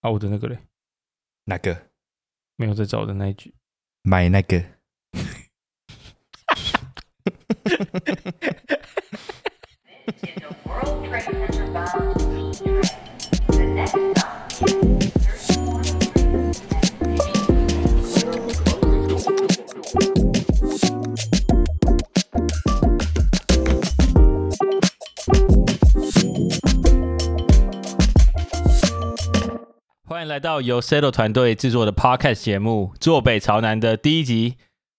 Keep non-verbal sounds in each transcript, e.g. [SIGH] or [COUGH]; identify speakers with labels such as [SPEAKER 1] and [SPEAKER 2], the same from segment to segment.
[SPEAKER 1] 啊，我的那个嘞，
[SPEAKER 2] 那个
[SPEAKER 1] 没有在找的那一句，
[SPEAKER 2] 买那个，
[SPEAKER 3] is a World Trade Center bomb Z train. The next stop is 31
[SPEAKER 4] 欢迎来到由 Settle 团队制作的 Podcast 节目《坐北朝南》的第一集。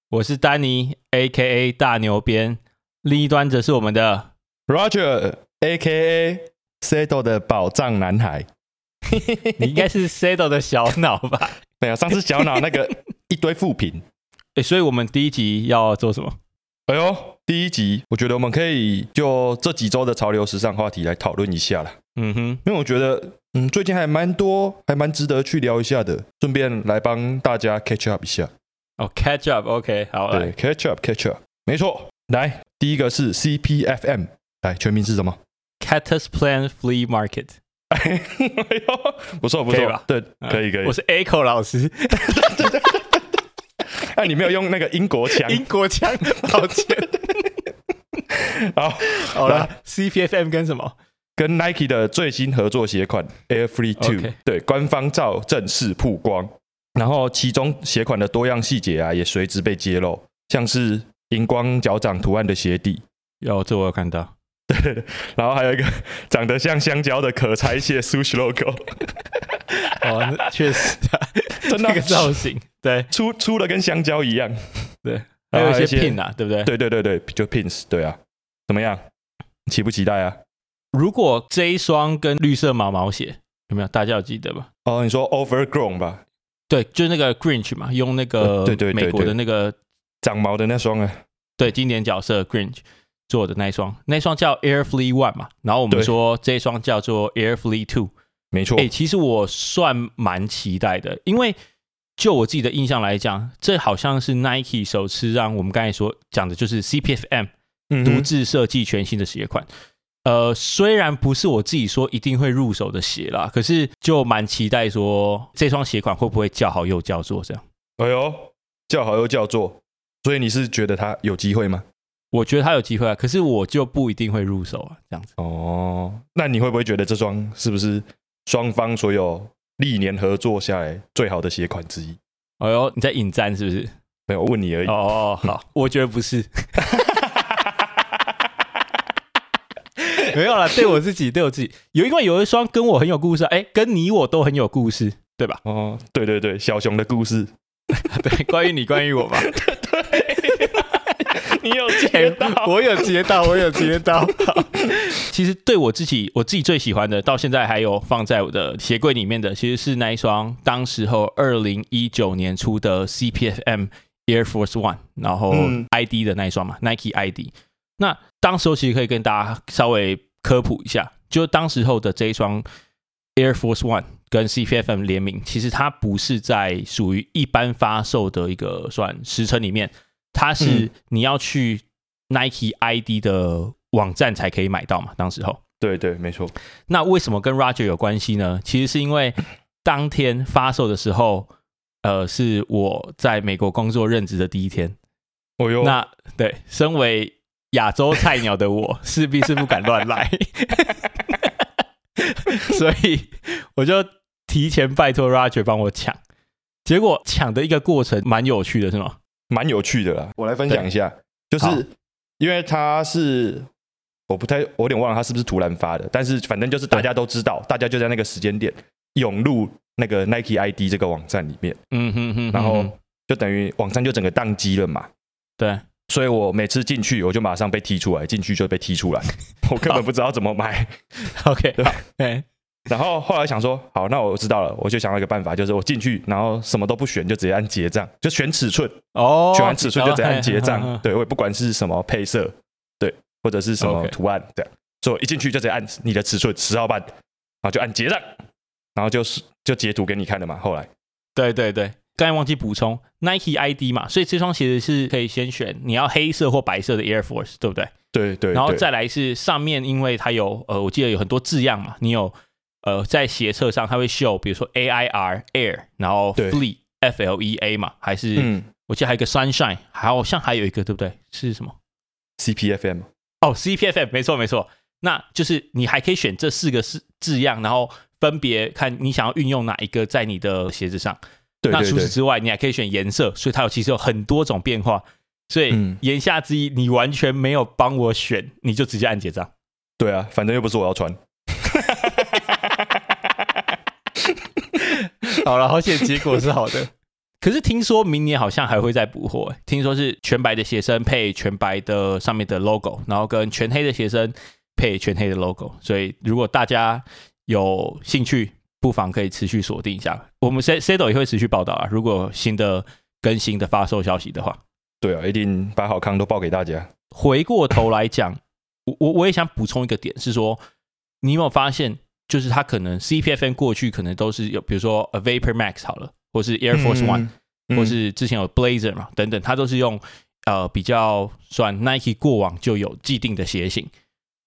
[SPEAKER 4] 我是丹尼，A.K.A 大牛鞭，另一端则是我们 [LAUGHS] 的
[SPEAKER 2] Roger A K A Sedo 的宝藏男孩。
[SPEAKER 4] 你应该是 Settle 的小脑吧？
[SPEAKER 2] 没有，上次小脑那个一堆负评。
[SPEAKER 4] 诶，所以我们第一集要做什么？
[SPEAKER 2] 哎呦，第一集我觉得我们可以就这几周的潮流时尚话题来讨论一下啦，
[SPEAKER 4] [LAUGHS] 嗯哼，
[SPEAKER 2] 因为我觉得嗯最近还蛮多，还蛮值得去聊一下的，顺便来帮大家 catch up 一下。
[SPEAKER 4] 哦、c a t c h up，OK，、好，
[SPEAKER 2] 对
[SPEAKER 4] 来，
[SPEAKER 2] ，catch up，catch up，没错。来，第一个是 C P F M，来全名是什么？
[SPEAKER 4] Cactus Plant Flea Market，
[SPEAKER 2] 哎呦，不错不
[SPEAKER 4] 可以
[SPEAKER 2] 错
[SPEAKER 4] 吧，
[SPEAKER 2] 对，
[SPEAKER 4] 啊
[SPEAKER 2] 可以可以
[SPEAKER 4] 我。是 Echo 老师，
[SPEAKER 2] 哎，你没有用那个英国腔，
[SPEAKER 4] 英国 [LAUGHS] 腔，抱歉。
[SPEAKER 2] 好，
[SPEAKER 4] 好了，CPFM 跟什么？
[SPEAKER 2] 跟 Nike 的最新合作鞋款 Air Free Two，、
[SPEAKER 4] OK
[SPEAKER 2] 对，官方照正式曝光。然后其中鞋款的多样细节啊，也随之被揭露，像是荧光脚掌图案的鞋底，
[SPEAKER 4] 有，这我有看到。
[SPEAKER 2] 然后还有一个长得像香蕉的可拆卸
[SPEAKER 4] [LAUGHS]
[SPEAKER 2] Sush logo，
[SPEAKER 4] 哦，那确 [LAUGHS] 实，
[SPEAKER 2] 真的
[SPEAKER 4] 那个造型，对
[SPEAKER 2] 粗粗的跟香蕉一样。
[SPEAKER 4] 对，还
[SPEAKER 2] 然后
[SPEAKER 4] 有一
[SPEAKER 2] 一
[SPEAKER 4] 些 pin 啊，对不对？
[SPEAKER 2] 对对对对，就 pins，对啊，怎么样？期不期待啊？
[SPEAKER 4] 如果这一双跟绿色毛毛鞋有没有？大家有记得吧？
[SPEAKER 2] 哦，你说 Overgrown 吧，
[SPEAKER 4] 对，就是那个 Grinch 嘛，用那个
[SPEAKER 2] 呃对对对
[SPEAKER 4] 美国的
[SPEAKER 2] 对
[SPEAKER 4] 那个
[SPEAKER 2] 长毛的那双啊，
[SPEAKER 4] 对经典角色 Grinch 做的那一双，那一双叫 Air Flea One 嘛，然后我们
[SPEAKER 2] 对哦
[SPEAKER 4] 说这一双叫做 Air Flea Two。
[SPEAKER 2] 没错
[SPEAKER 4] 哎、，其实我算蛮期待的，因为就我自己的印象来讲，这好像是 Nike 首次让我们刚才说讲的就是 CPFM
[SPEAKER 2] 嗯
[SPEAKER 4] 独
[SPEAKER 2] 哼
[SPEAKER 4] 自设计全新的鞋款。呃，虽然不是我自己说一定会入手的鞋啦，可是就蛮期待说这双鞋款会不会叫好又叫座这样。
[SPEAKER 2] 哎呦，叫好又叫座，所以你是觉得他有机会吗？
[SPEAKER 4] 我觉得它有机会啊，可是我就不一定会入手啊，这样子。
[SPEAKER 2] 哦，那你会不会觉得这双是不是双方所有历年合作下来最好的鞋款之一？
[SPEAKER 4] 哎呦，你在引战是不是？
[SPEAKER 2] 没有，我问你而已。？
[SPEAKER 4] 哦哦， [LAUGHS] 好，我觉得不是。没有啦，对我自己，对我自己，有因为有一双跟我很有故事啊，哎、跟你我都很有故事，对吧
[SPEAKER 2] 哦，对对对，小熊的故事，
[SPEAKER 4] [LAUGHS] 对，关于你，关于我吧。
[SPEAKER 2] [LAUGHS]
[SPEAKER 4] 哎
[SPEAKER 2] 你有接到？
[SPEAKER 4] 我有接到，我有接
[SPEAKER 2] [LAUGHS]
[SPEAKER 4] 到。 [LAUGHS] 其实对我自己，我自己最喜欢的，到现在还有放在我的鞋柜里面的，其实是那一双当时候二零一九年出的 CPFM Air Force One，然后
[SPEAKER 2] 嗯
[SPEAKER 4] ID 的那一双嘛、n i k e ID。那当时候其实可以跟大家稍微科普一下，就当时候的这一双 Air Force One 跟 CPFM 联名，其实它不是在属于一般发售的一个算时程里面，它是
[SPEAKER 2] 嗯
[SPEAKER 4] 你要去 Nike ID 的网站才可以买到嘛。当时候，
[SPEAKER 2] 对对，没错。
[SPEAKER 4] 那为什么跟 Roger 有关系呢？其实是因为当天发售的时候，呃，是我在美国工作任职的第一天。
[SPEAKER 2] 哦哟，
[SPEAKER 4] 那对，身为亚洲菜鸟的我，势必是不敢乱来，所以我就提前拜托 Roger 帮我抢。结果抢的一个过程蛮有趣的，是吗？
[SPEAKER 2] 蛮有趣的啦，我来分享一下，就
[SPEAKER 4] 好
[SPEAKER 2] 是因为他是我不太我有点忘了他是不是突然发的，但是反正就是大家都知道，大家就在那个时间点涌入那个 Nike ID 这个网站里面，
[SPEAKER 4] 嗯哼哼
[SPEAKER 2] 然后
[SPEAKER 4] 嗯哼
[SPEAKER 2] 就等于网站就整个宕机了嘛。
[SPEAKER 4] 对，
[SPEAKER 2] 所以我每次进去，我就马上被踢出来，进去就被踢出 [LAUGHS] 来，我根本不知道怎么买。
[SPEAKER 4] OK，
[SPEAKER 2] 对
[SPEAKER 4] 好，哎，
[SPEAKER 2] 然后后来想说，好，那我知道了，我就想到一个办法，就是我进去，然后什么都不选，就直接按结账，就选尺寸，
[SPEAKER 4] 哦，
[SPEAKER 2] 选完尺寸就直接按结
[SPEAKER 4] 哦
[SPEAKER 2] 账
[SPEAKER 4] 嘿，
[SPEAKER 2] 对我也不管是什么配色，对，或者是什么
[SPEAKER 4] OK
[SPEAKER 2] 图案这样，所以我一进去就直接按你的尺寸十号半，然后就按结账，然后就是就截图给你看的嘛。后来
[SPEAKER 4] [LAUGHS] 对对对，刚才忘记补充 Nike ID 嘛，所以这双鞋子是可以先选你要黑色或白色的 Air Force，对不对？
[SPEAKER 2] 对对，
[SPEAKER 4] 然后
[SPEAKER 2] 对
[SPEAKER 4] 再来是上面，因为它有呃，我记得有很多字样嘛，你有呃，在鞋册上它会秀，比如说 A I R Air，然后
[SPEAKER 2] 对
[SPEAKER 4] Flee F L E A 嘛，还是、
[SPEAKER 2] 嗯
[SPEAKER 4] 我记得还有一个 Sunshine，好像还有一个对不对？是什么？
[SPEAKER 2] ，CPFM
[SPEAKER 4] 哦，CPFM，没错没错，那就是你还可以选这四个字字样，然后分别看你想要运用哪一个在你的鞋子上。
[SPEAKER 2] 对
[SPEAKER 4] 那
[SPEAKER 2] 对
[SPEAKER 4] 除
[SPEAKER 2] 对
[SPEAKER 4] 此，之外，你还可以选颜色，所以它有其实有很多种变化。所以
[SPEAKER 2] 嗯
[SPEAKER 4] 言下之意，你完全没有帮我选，你就直接按结账。
[SPEAKER 2] 对啊，反正又不是我要穿，
[SPEAKER 5] [LAUGHS] 好了，好险结果是好的。
[SPEAKER 4] [LAUGHS] 可是听说明年好像还会再补货、欸听说是全白的鞋身配全白的上面的 logo，然后跟全黑的鞋身配全黑的 logo。所以如果大家有兴趣，不妨可以持续锁定一下。我们 C C 斗也会持续报道啊，如果有新的更新的发售消息的话。
[SPEAKER 2] 对啊，一定把好康都报给大家。
[SPEAKER 4] 回过头来讲， [COUGHS] 我我我也想补充一个点是说，你有没有发现，就是它可能 CPFN 过去可能都是有，比如说 a Vapor Max 好了，或是 Air Force One，、
[SPEAKER 2] 嗯
[SPEAKER 4] 或是之前有 Blazer 嘛等等，它都是用呃比较算 Nike 过往就有既定的鞋型。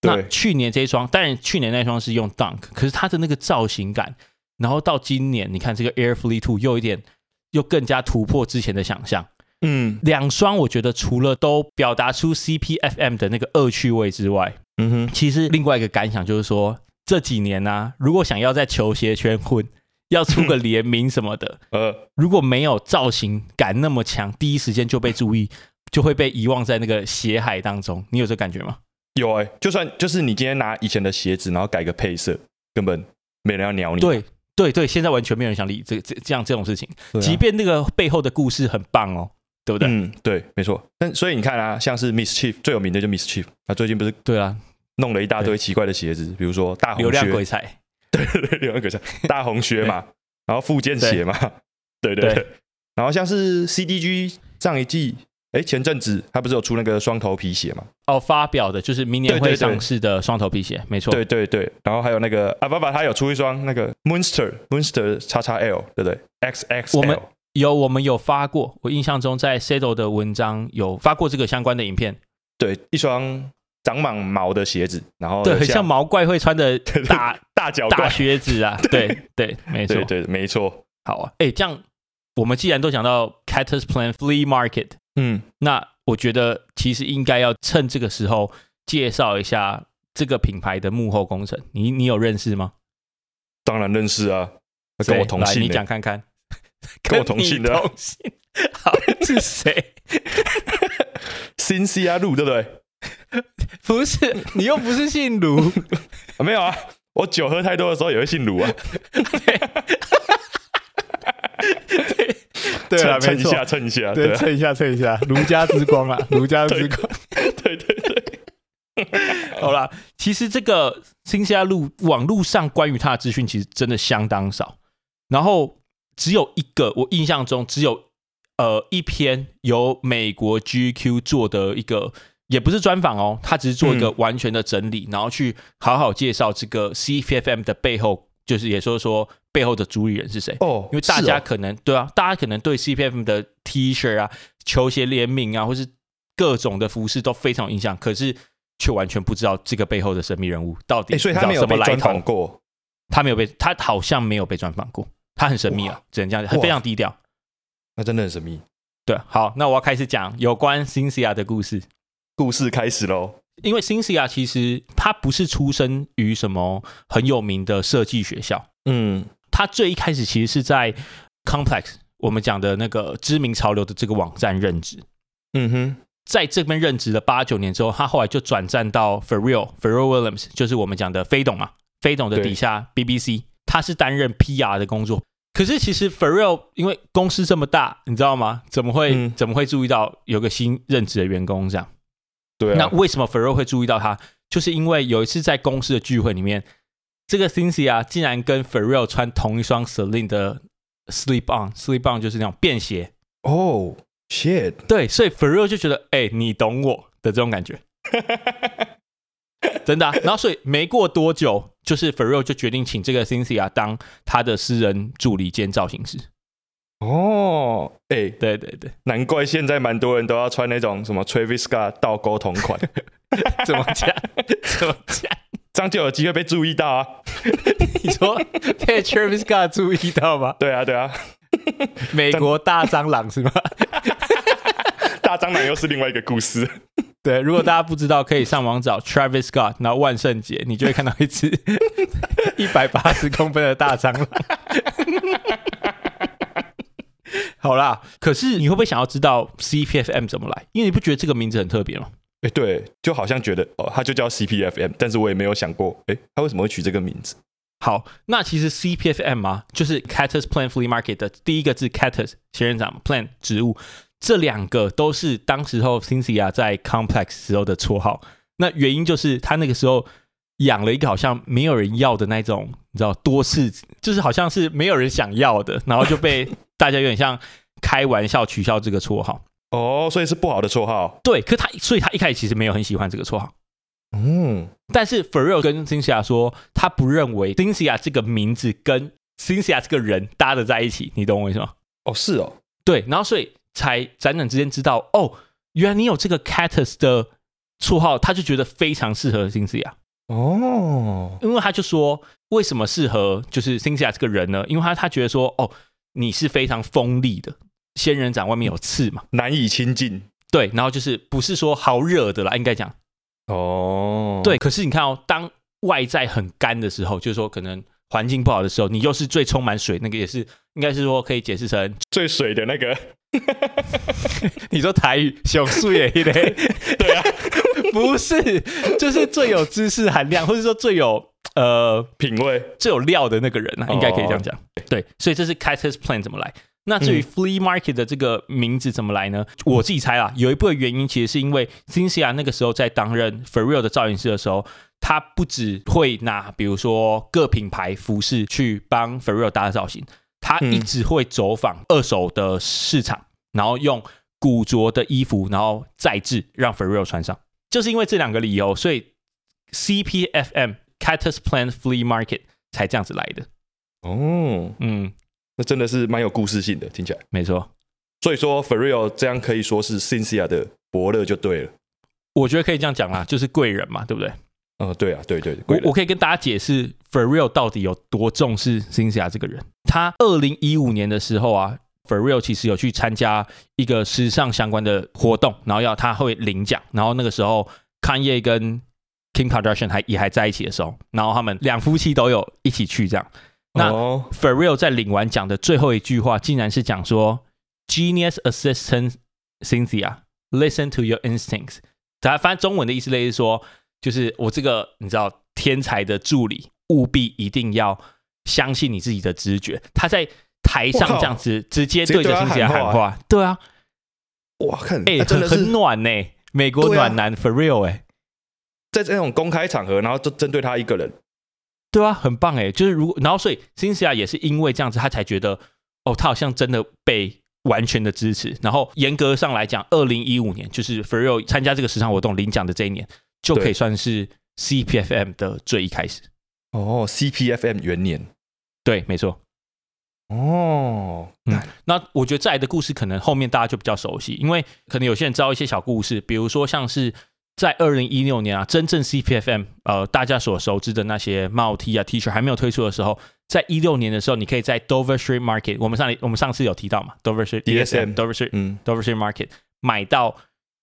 [SPEAKER 4] 那
[SPEAKER 2] 对
[SPEAKER 4] 去年这一双，当然去年那双是用 Dunk，可是它的那个造型感，然后到今年你看这个 Air Flea Two 又一点又更加突破之前的想象。
[SPEAKER 2] 嗯
[SPEAKER 4] 两双我觉得除了都表达出 CPFM 的那个恶趣味之外，
[SPEAKER 2] 嗯哼，
[SPEAKER 4] 其实另外一个感想就是说，这几年呢、如果想要在球鞋圈混，要出
[SPEAKER 2] [LAUGHS]
[SPEAKER 4] 个联名什么的，
[SPEAKER 2] 呃，
[SPEAKER 4] 如果没有造型感那么强，第一时间就被注
[SPEAKER 2] [LAUGHS]
[SPEAKER 4] 意，就会被遗忘在那个鞋海当中。你有这感觉吗？
[SPEAKER 2] 有哎、就算就是你今天拿以前的鞋子，然后改个配色，根本没人要鸟你。
[SPEAKER 4] 对对对，现在完全没有人想理这这这样这种事情，
[SPEAKER 2] 对啊
[SPEAKER 4] 即便那个背后的故事很棒哦，对不对？
[SPEAKER 2] 嗯，对，没错。但所以你看啊，像是 Miss Chief 最有名的就 Miss Chief，他最近不是
[SPEAKER 4] 对啊，
[SPEAKER 2] 弄了一大堆奇怪的鞋子，比如说大红
[SPEAKER 4] 流量
[SPEAKER 2] 靴
[SPEAKER 4] 鬼才。
[SPEAKER 2] [LAUGHS] 流浪狗像大红靴嘛，然后附件鞋嘛， [LAUGHS] 对对对，
[SPEAKER 4] 对
[SPEAKER 2] 然后像是 CDG 上一季，哎，前阵子他不是有出那个双头皮鞋嘛？
[SPEAKER 4] 哦，发表的就是明年
[SPEAKER 2] 对对
[SPEAKER 4] 会
[SPEAKER 2] 对
[SPEAKER 4] 上市的双头皮鞋，没错。
[SPEAKER 2] 对对对，然后还有那个啊，爸爸他有出一双那个 Monster Monster 叉叉 L，对不对？X X
[SPEAKER 4] 我们
[SPEAKER 2] L，
[SPEAKER 4] 有，我们有发过，我印象中在 Sado 的文章有发过这个相关的影片，
[SPEAKER 2] 对，一双长满毛的鞋子，然后
[SPEAKER 4] 对，
[SPEAKER 2] 哦有
[SPEAKER 4] 很像毛怪会穿的
[SPEAKER 2] [LAUGHS] 对
[SPEAKER 4] 大
[SPEAKER 2] 大脚
[SPEAKER 4] 大
[SPEAKER 2] 怪，
[SPEAKER 4] 靴子啊，对对，没错
[SPEAKER 2] 对，对，没错，
[SPEAKER 4] 好啊，哎，这样我们既然都讲到 Cactus Plant Flea Market，
[SPEAKER 2] 嗯，
[SPEAKER 4] 那我觉得其实应该要趁这个时候介绍一下这个品牌的幕后工程，你你有认识吗？
[SPEAKER 2] 当然认识啊，他跟我
[SPEAKER 4] 谁
[SPEAKER 2] 同
[SPEAKER 4] 来
[SPEAKER 2] 姓
[SPEAKER 4] 你
[SPEAKER 2] 呢
[SPEAKER 4] 讲，看看，
[SPEAKER 2] 跟我同
[SPEAKER 4] 你
[SPEAKER 2] 姓的啊
[SPEAKER 4] 同姓，好是谁？ [LAUGHS]
[SPEAKER 2] 新西亚路对不对？
[SPEAKER 4] 不是，你又不是姓
[SPEAKER 2] [LAUGHS]
[SPEAKER 4] 卢。
[SPEAKER 2] 啊没有啊，我酒喝太多的时候也会姓卢啊。
[SPEAKER 5] 对
[SPEAKER 4] [LAUGHS]
[SPEAKER 5] 啊，没
[SPEAKER 2] 蹭蹭一
[SPEAKER 5] 错，
[SPEAKER 2] 下，蹭一下，对
[SPEAKER 5] 对，
[SPEAKER 2] 啊 [LAUGHS]
[SPEAKER 5] 蹭一下，蹭一下，儒家之光啊，儒家之光。
[SPEAKER 2] 对对对，
[SPEAKER 4] 好啦，其实这个新西兰路网络上关于它的资讯其实真的相当少，然后只有一个，我印象中只有呃一篇由美国 GQ 做的一个，也不是专访哦，它只是做一个完全的整理，然后去好好介绍这个 CFFM 的背后，就是也就是说背后的主理人是谁。
[SPEAKER 2] 哦
[SPEAKER 4] 因为大家
[SPEAKER 2] 是哦
[SPEAKER 4] 可能、对啊，大家可能对 CPF 的 T 恤啊、球鞋联名啊，或是各种的服饰都非常有印象，可是却完全不知道这个背后的神秘人物到底
[SPEAKER 2] 哎，所以他
[SPEAKER 4] 不
[SPEAKER 2] 没
[SPEAKER 4] 知道
[SPEAKER 2] 有
[SPEAKER 4] 什么
[SPEAKER 2] 被
[SPEAKER 4] 来
[SPEAKER 2] 专
[SPEAKER 4] 头
[SPEAKER 2] 访。过，
[SPEAKER 4] 他没有被，他好像没有被专访过，他很神秘啊，只能这样，很
[SPEAKER 2] 哇
[SPEAKER 4] 非常低调。
[SPEAKER 2] 那真的很神秘。
[SPEAKER 4] 对，好，那我要开始讲有关 Cynthia 的故事。
[SPEAKER 2] 故事开始喽，
[SPEAKER 4] 因为 Cynthia 其实她不是出生于什么很有名的设计学校，
[SPEAKER 2] 嗯，
[SPEAKER 4] 他最一开始其实是在 Complex 我们讲的那个知名潮流的这个网站任职，
[SPEAKER 2] 嗯哼，
[SPEAKER 4] 在这边任职了八九年之后，他后来就转战到 f e r r e l f e r r e l Williams，就是我们讲的飞董嘛，飞董的
[SPEAKER 2] 对
[SPEAKER 4] 底下 BBC，他是担任 PR 的工作。可是其实 f e r r e l 因为公司这么大，你知道吗？怎么会、
[SPEAKER 2] 嗯
[SPEAKER 4] 怎么会注意到有个新任职的员工这样？
[SPEAKER 2] 对
[SPEAKER 4] 那
[SPEAKER 2] 啊，
[SPEAKER 4] 为什么 f e r r e l 会注意到他？就是因为有一次在公司的聚会里面，这个 Cynthia 竟然跟 f e r r e l 穿同一双 Celine 的 Sleep On，Sleep On 就是那种便鞋。
[SPEAKER 2] 哦，shit， [LAUGHS]
[SPEAKER 4] 对，所以 f e r r e l 就觉得，哎、你懂我的这种感觉，真的啊、然后所以没过多久，就是 f e r r e l 就决定请这个 Cynthia 当他的私人助理兼造型师。
[SPEAKER 2] 哦，哎，
[SPEAKER 4] 对对对，
[SPEAKER 2] 难怪现在蛮多人都要 [LAUGHS] 穿那种什么 Travis Scott 倒钩同款，
[SPEAKER 4] 怎么讲？怎么讲？
[SPEAKER 2] 这样就有机会被注意到啊。
[SPEAKER 5] 你说被 Travis Scott 注意到吗？
[SPEAKER 2] 对啊，对啊，
[SPEAKER 5] 美国大蟑螂是吗？
[SPEAKER 2] 大蟑螂又是另外一个故事。
[SPEAKER 4] 对，如果大家不知道，可以上网找 Travis Scott，然后万圣节，你就会看到一只 [LAUGHS]
[SPEAKER 5] 一百八十公分的大蟑螂，
[SPEAKER 4] [LAUGHS] 好啦，可是你会不会想要知道 CPFM 怎么来？因为你不觉得这个名字很特别吗？
[SPEAKER 2] 哎、对，就好像觉得哦，它就叫 CPFM，但是我也没有想过，哎、它为什么会取这个名字？
[SPEAKER 4] 好，那其实 CPFM 啊，就是 Cactus Plant Flea Market 的第一个字 Cactus 仙人掌，Plant 植物，这两个都是当时候 Cynthia 在 Complex 时候的绰号。那原因就是他那个时候养了一个好像没有人要的那种，你知道多事，就是好像是没有人想要的，然后就被大家有点像开玩笑取笑这个绰号。
[SPEAKER 2] 哦，所以是不好的绰号。
[SPEAKER 4] 对，可他所以他一开始其实没有很喜欢这个绰号。
[SPEAKER 2] 嗯，
[SPEAKER 4] 但是 f e r r e l 跟 Cynthia 说，他不认为 Cynthia 这个名字跟 Cynthia 这个人搭的在一起，你懂我意思吗？
[SPEAKER 2] 哦，是哦，
[SPEAKER 4] 对，然后所以才辗转之间知道，哦，原来你有这个 Cactus 的绰号，他就觉得非常适合 Cynthia，
[SPEAKER 2] 哦，
[SPEAKER 4] 因为他就说，为什么适合就是 Cynthia 这个人呢？因为他他觉得说，哦，你是非常锋利的，仙人掌外面有刺嘛，
[SPEAKER 2] 难以亲近。
[SPEAKER 4] 对，然后就是不是说好惹的啦，应该讲
[SPEAKER 2] 哦，
[SPEAKER 4] 对，，可是你看哦，当外在很干的时候，就是说可能环境不好的时候，你又是最充满水，那个也是应该是说可以解释成，
[SPEAKER 2] 最水的那个，
[SPEAKER 4] [LAUGHS] 你说台语
[SPEAKER 5] 熊树
[SPEAKER 4] [LAUGHS]
[SPEAKER 5] 也一类，
[SPEAKER 2] 对啊，
[SPEAKER 4] 不是，就是最有知识含量，或者说最有呃
[SPEAKER 2] 品味。
[SPEAKER 4] 最有料的那个人啊，应该可以这样讲。
[SPEAKER 2] 哦
[SPEAKER 4] 对，所以这是 Cactus Plan 怎么来。那至于 Flea Market 的这个名字怎么来呢？我自己猜啦，有一部分原因其实是因为 Cynthia 那个时候在担任 f e r r e l 的造型师的时候，他不只会拿比如说各品牌服饰去帮 f e r r e l 搭造型，他一直会走访二手的市场，然后用古着的衣服，然后再制让 f e r r e l 穿上。就是因为这两个理由，所以 CPFM Cactus Plant Flea Market 才这样子来的。
[SPEAKER 2] 哦，
[SPEAKER 4] 嗯，
[SPEAKER 2] 那真的是蛮有故事性的，听起来。
[SPEAKER 4] 没错，
[SPEAKER 2] 所以说 f e r r e l 这样可以说是 Cynthia 的伯乐就对了。
[SPEAKER 4] 我觉得可以这样讲啦，就是贵人嘛，对不对？
[SPEAKER 2] 嗯、对啊，对对对，贵人
[SPEAKER 4] 我我可以跟大家解释 f e r r e l 到底有多重视 Cynthia 这个人。他二零一五年的时候啊 f e r r e l 其实有去参加一个时尚相关的活动，然后要他会领奖，然后那个时候 Kanye 跟 Kim Kardashian 还也还在一起的时候，然后他们两夫妻都有一起去这样。那
[SPEAKER 2] 哦
[SPEAKER 4] f e r r e l 在领完奖的最后一句话，竟然是讲说：“Genius assistant Cynthia, listen to your instincts。”它翻中文的意思类似说，就是我这个你知道天才的助理，务必一定要相信你自己的直觉。他在台上
[SPEAKER 2] 我靠
[SPEAKER 4] 这样子直接对着
[SPEAKER 2] 直接对他
[SPEAKER 4] Cynthia
[SPEAKER 2] 喊
[SPEAKER 4] 喊
[SPEAKER 2] 话
[SPEAKER 4] 话，对啊，
[SPEAKER 2] 哇，看，
[SPEAKER 4] 哎、
[SPEAKER 2] 那
[SPEAKER 4] 很
[SPEAKER 2] 真的是
[SPEAKER 4] 很暖呢、美国
[SPEAKER 2] 对啊
[SPEAKER 4] 暖男 f e r r e l 哎、
[SPEAKER 2] 在这种公开场合，然后就针对他一个人，
[SPEAKER 4] 对啊，很棒哎，就是如果然后所以 Cynthia 也是因为这样子，她才觉得哦，她好像真的被完全的支持。然后严格上来讲，二零一五年就是 f e r r e l 参加这个时尚活动领奖的这一年，就可以
[SPEAKER 2] 对
[SPEAKER 4] 算是 CPFM 的最一开始。
[SPEAKER 2] 哦，CPFM 元年，
[SPEAKER 4] 对，没错。
[SPEAKER 2] 哦，
[SPEAKER 4] 嗯，那我觉得再来的故事可能后面大家就比较熟悉，因为可能有些人知道一些小故事，比如说像是在二零一六年啊，真正 CPFM 呃大家所熟知的那些帽 T 啊 T 恤还没有推出的时候，在一六年的时候，你可以在 Dover Street Market，我们上我们上次有提到嘛，Dover Street E
[SPEAKER 2] DSM
[SPEAKER 4] Dover Street
[SPEAKER 2] 嗯，
[SPEAKER 4] Dover Street Market 买到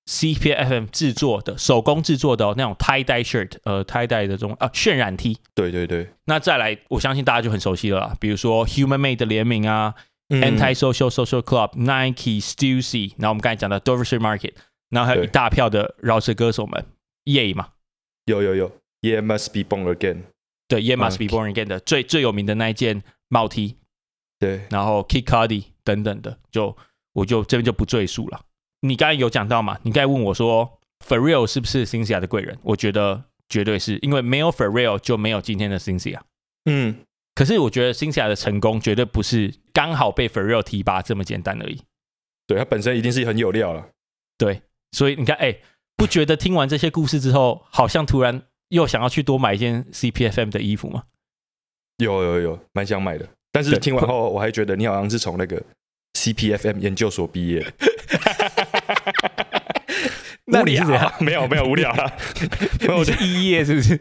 [SPEAKER 4] CPFM 制作的手工制作的、哦、那种 tie dye shirt，呃 tie dye 的这种啊渲染 T。
[SPEAKER 2] 对对对、
[SPEAKER 4] 那再来，我相信大家就很熟悉了啦，比如说 Human Made 的联名啊，
[SPEAKER 2] 嗯
[SPEAKER 4] Anti Social Social Club、Nike、Stussy，然后我们刚才讲的 Dover Street Market，然后还有一
[SPEAKER 2] 对
[SPEAKER 4] 大票的饶舌歌手们，Ye 嘛，
[SPEAKER 2] 有有有，Yeah must be born again，
[SPEAKER 4] 对，Ye Must Be Born Again 的最最有名的那一件帽 T，
[SPEAKER 2] 对，
[SPEAKER 4] 然后 Kid Cudi 等等的，就我就这边就不赘述了。你刚才有讲到嘛？你刚才问我说 f e r r e l 是不是 Cynthia 的贵人？我觉得绝对是因为没有 f e r r e l 就没有今天的 Cynthia。
[SPEAKER 2] 嗯，
[SPEAKER 4] 可是我觉得 Cynthia 的成功绝对不是刚好被 f e r r e l 提拔这么简单而已。
[SPEAKER 2] 对他本身一定是很有料了，
[SPEAKER 4] 对，所以你看，哎、不觉得听完这些故事之后，好像突然又想要去多买一件 CPFM 的衣服吗？
[SPEAKER 2] 有有有，蛮想买的，但是
[SPEAKER 4] 对
[SPEAKER 2] 听完后我还觉得你好像是 [LAUGHS] 从那个 CPFM 研究所毕业的，无聊啊，没有没有无
[SPEAKER 4] [LAUGHS]
[SPEAKER 2] 聊啦，没有我就
[SPEAKER 5] 一夜是不
[SPEAKER 2] [LAUGHS]
[SPEAKER 5] 是？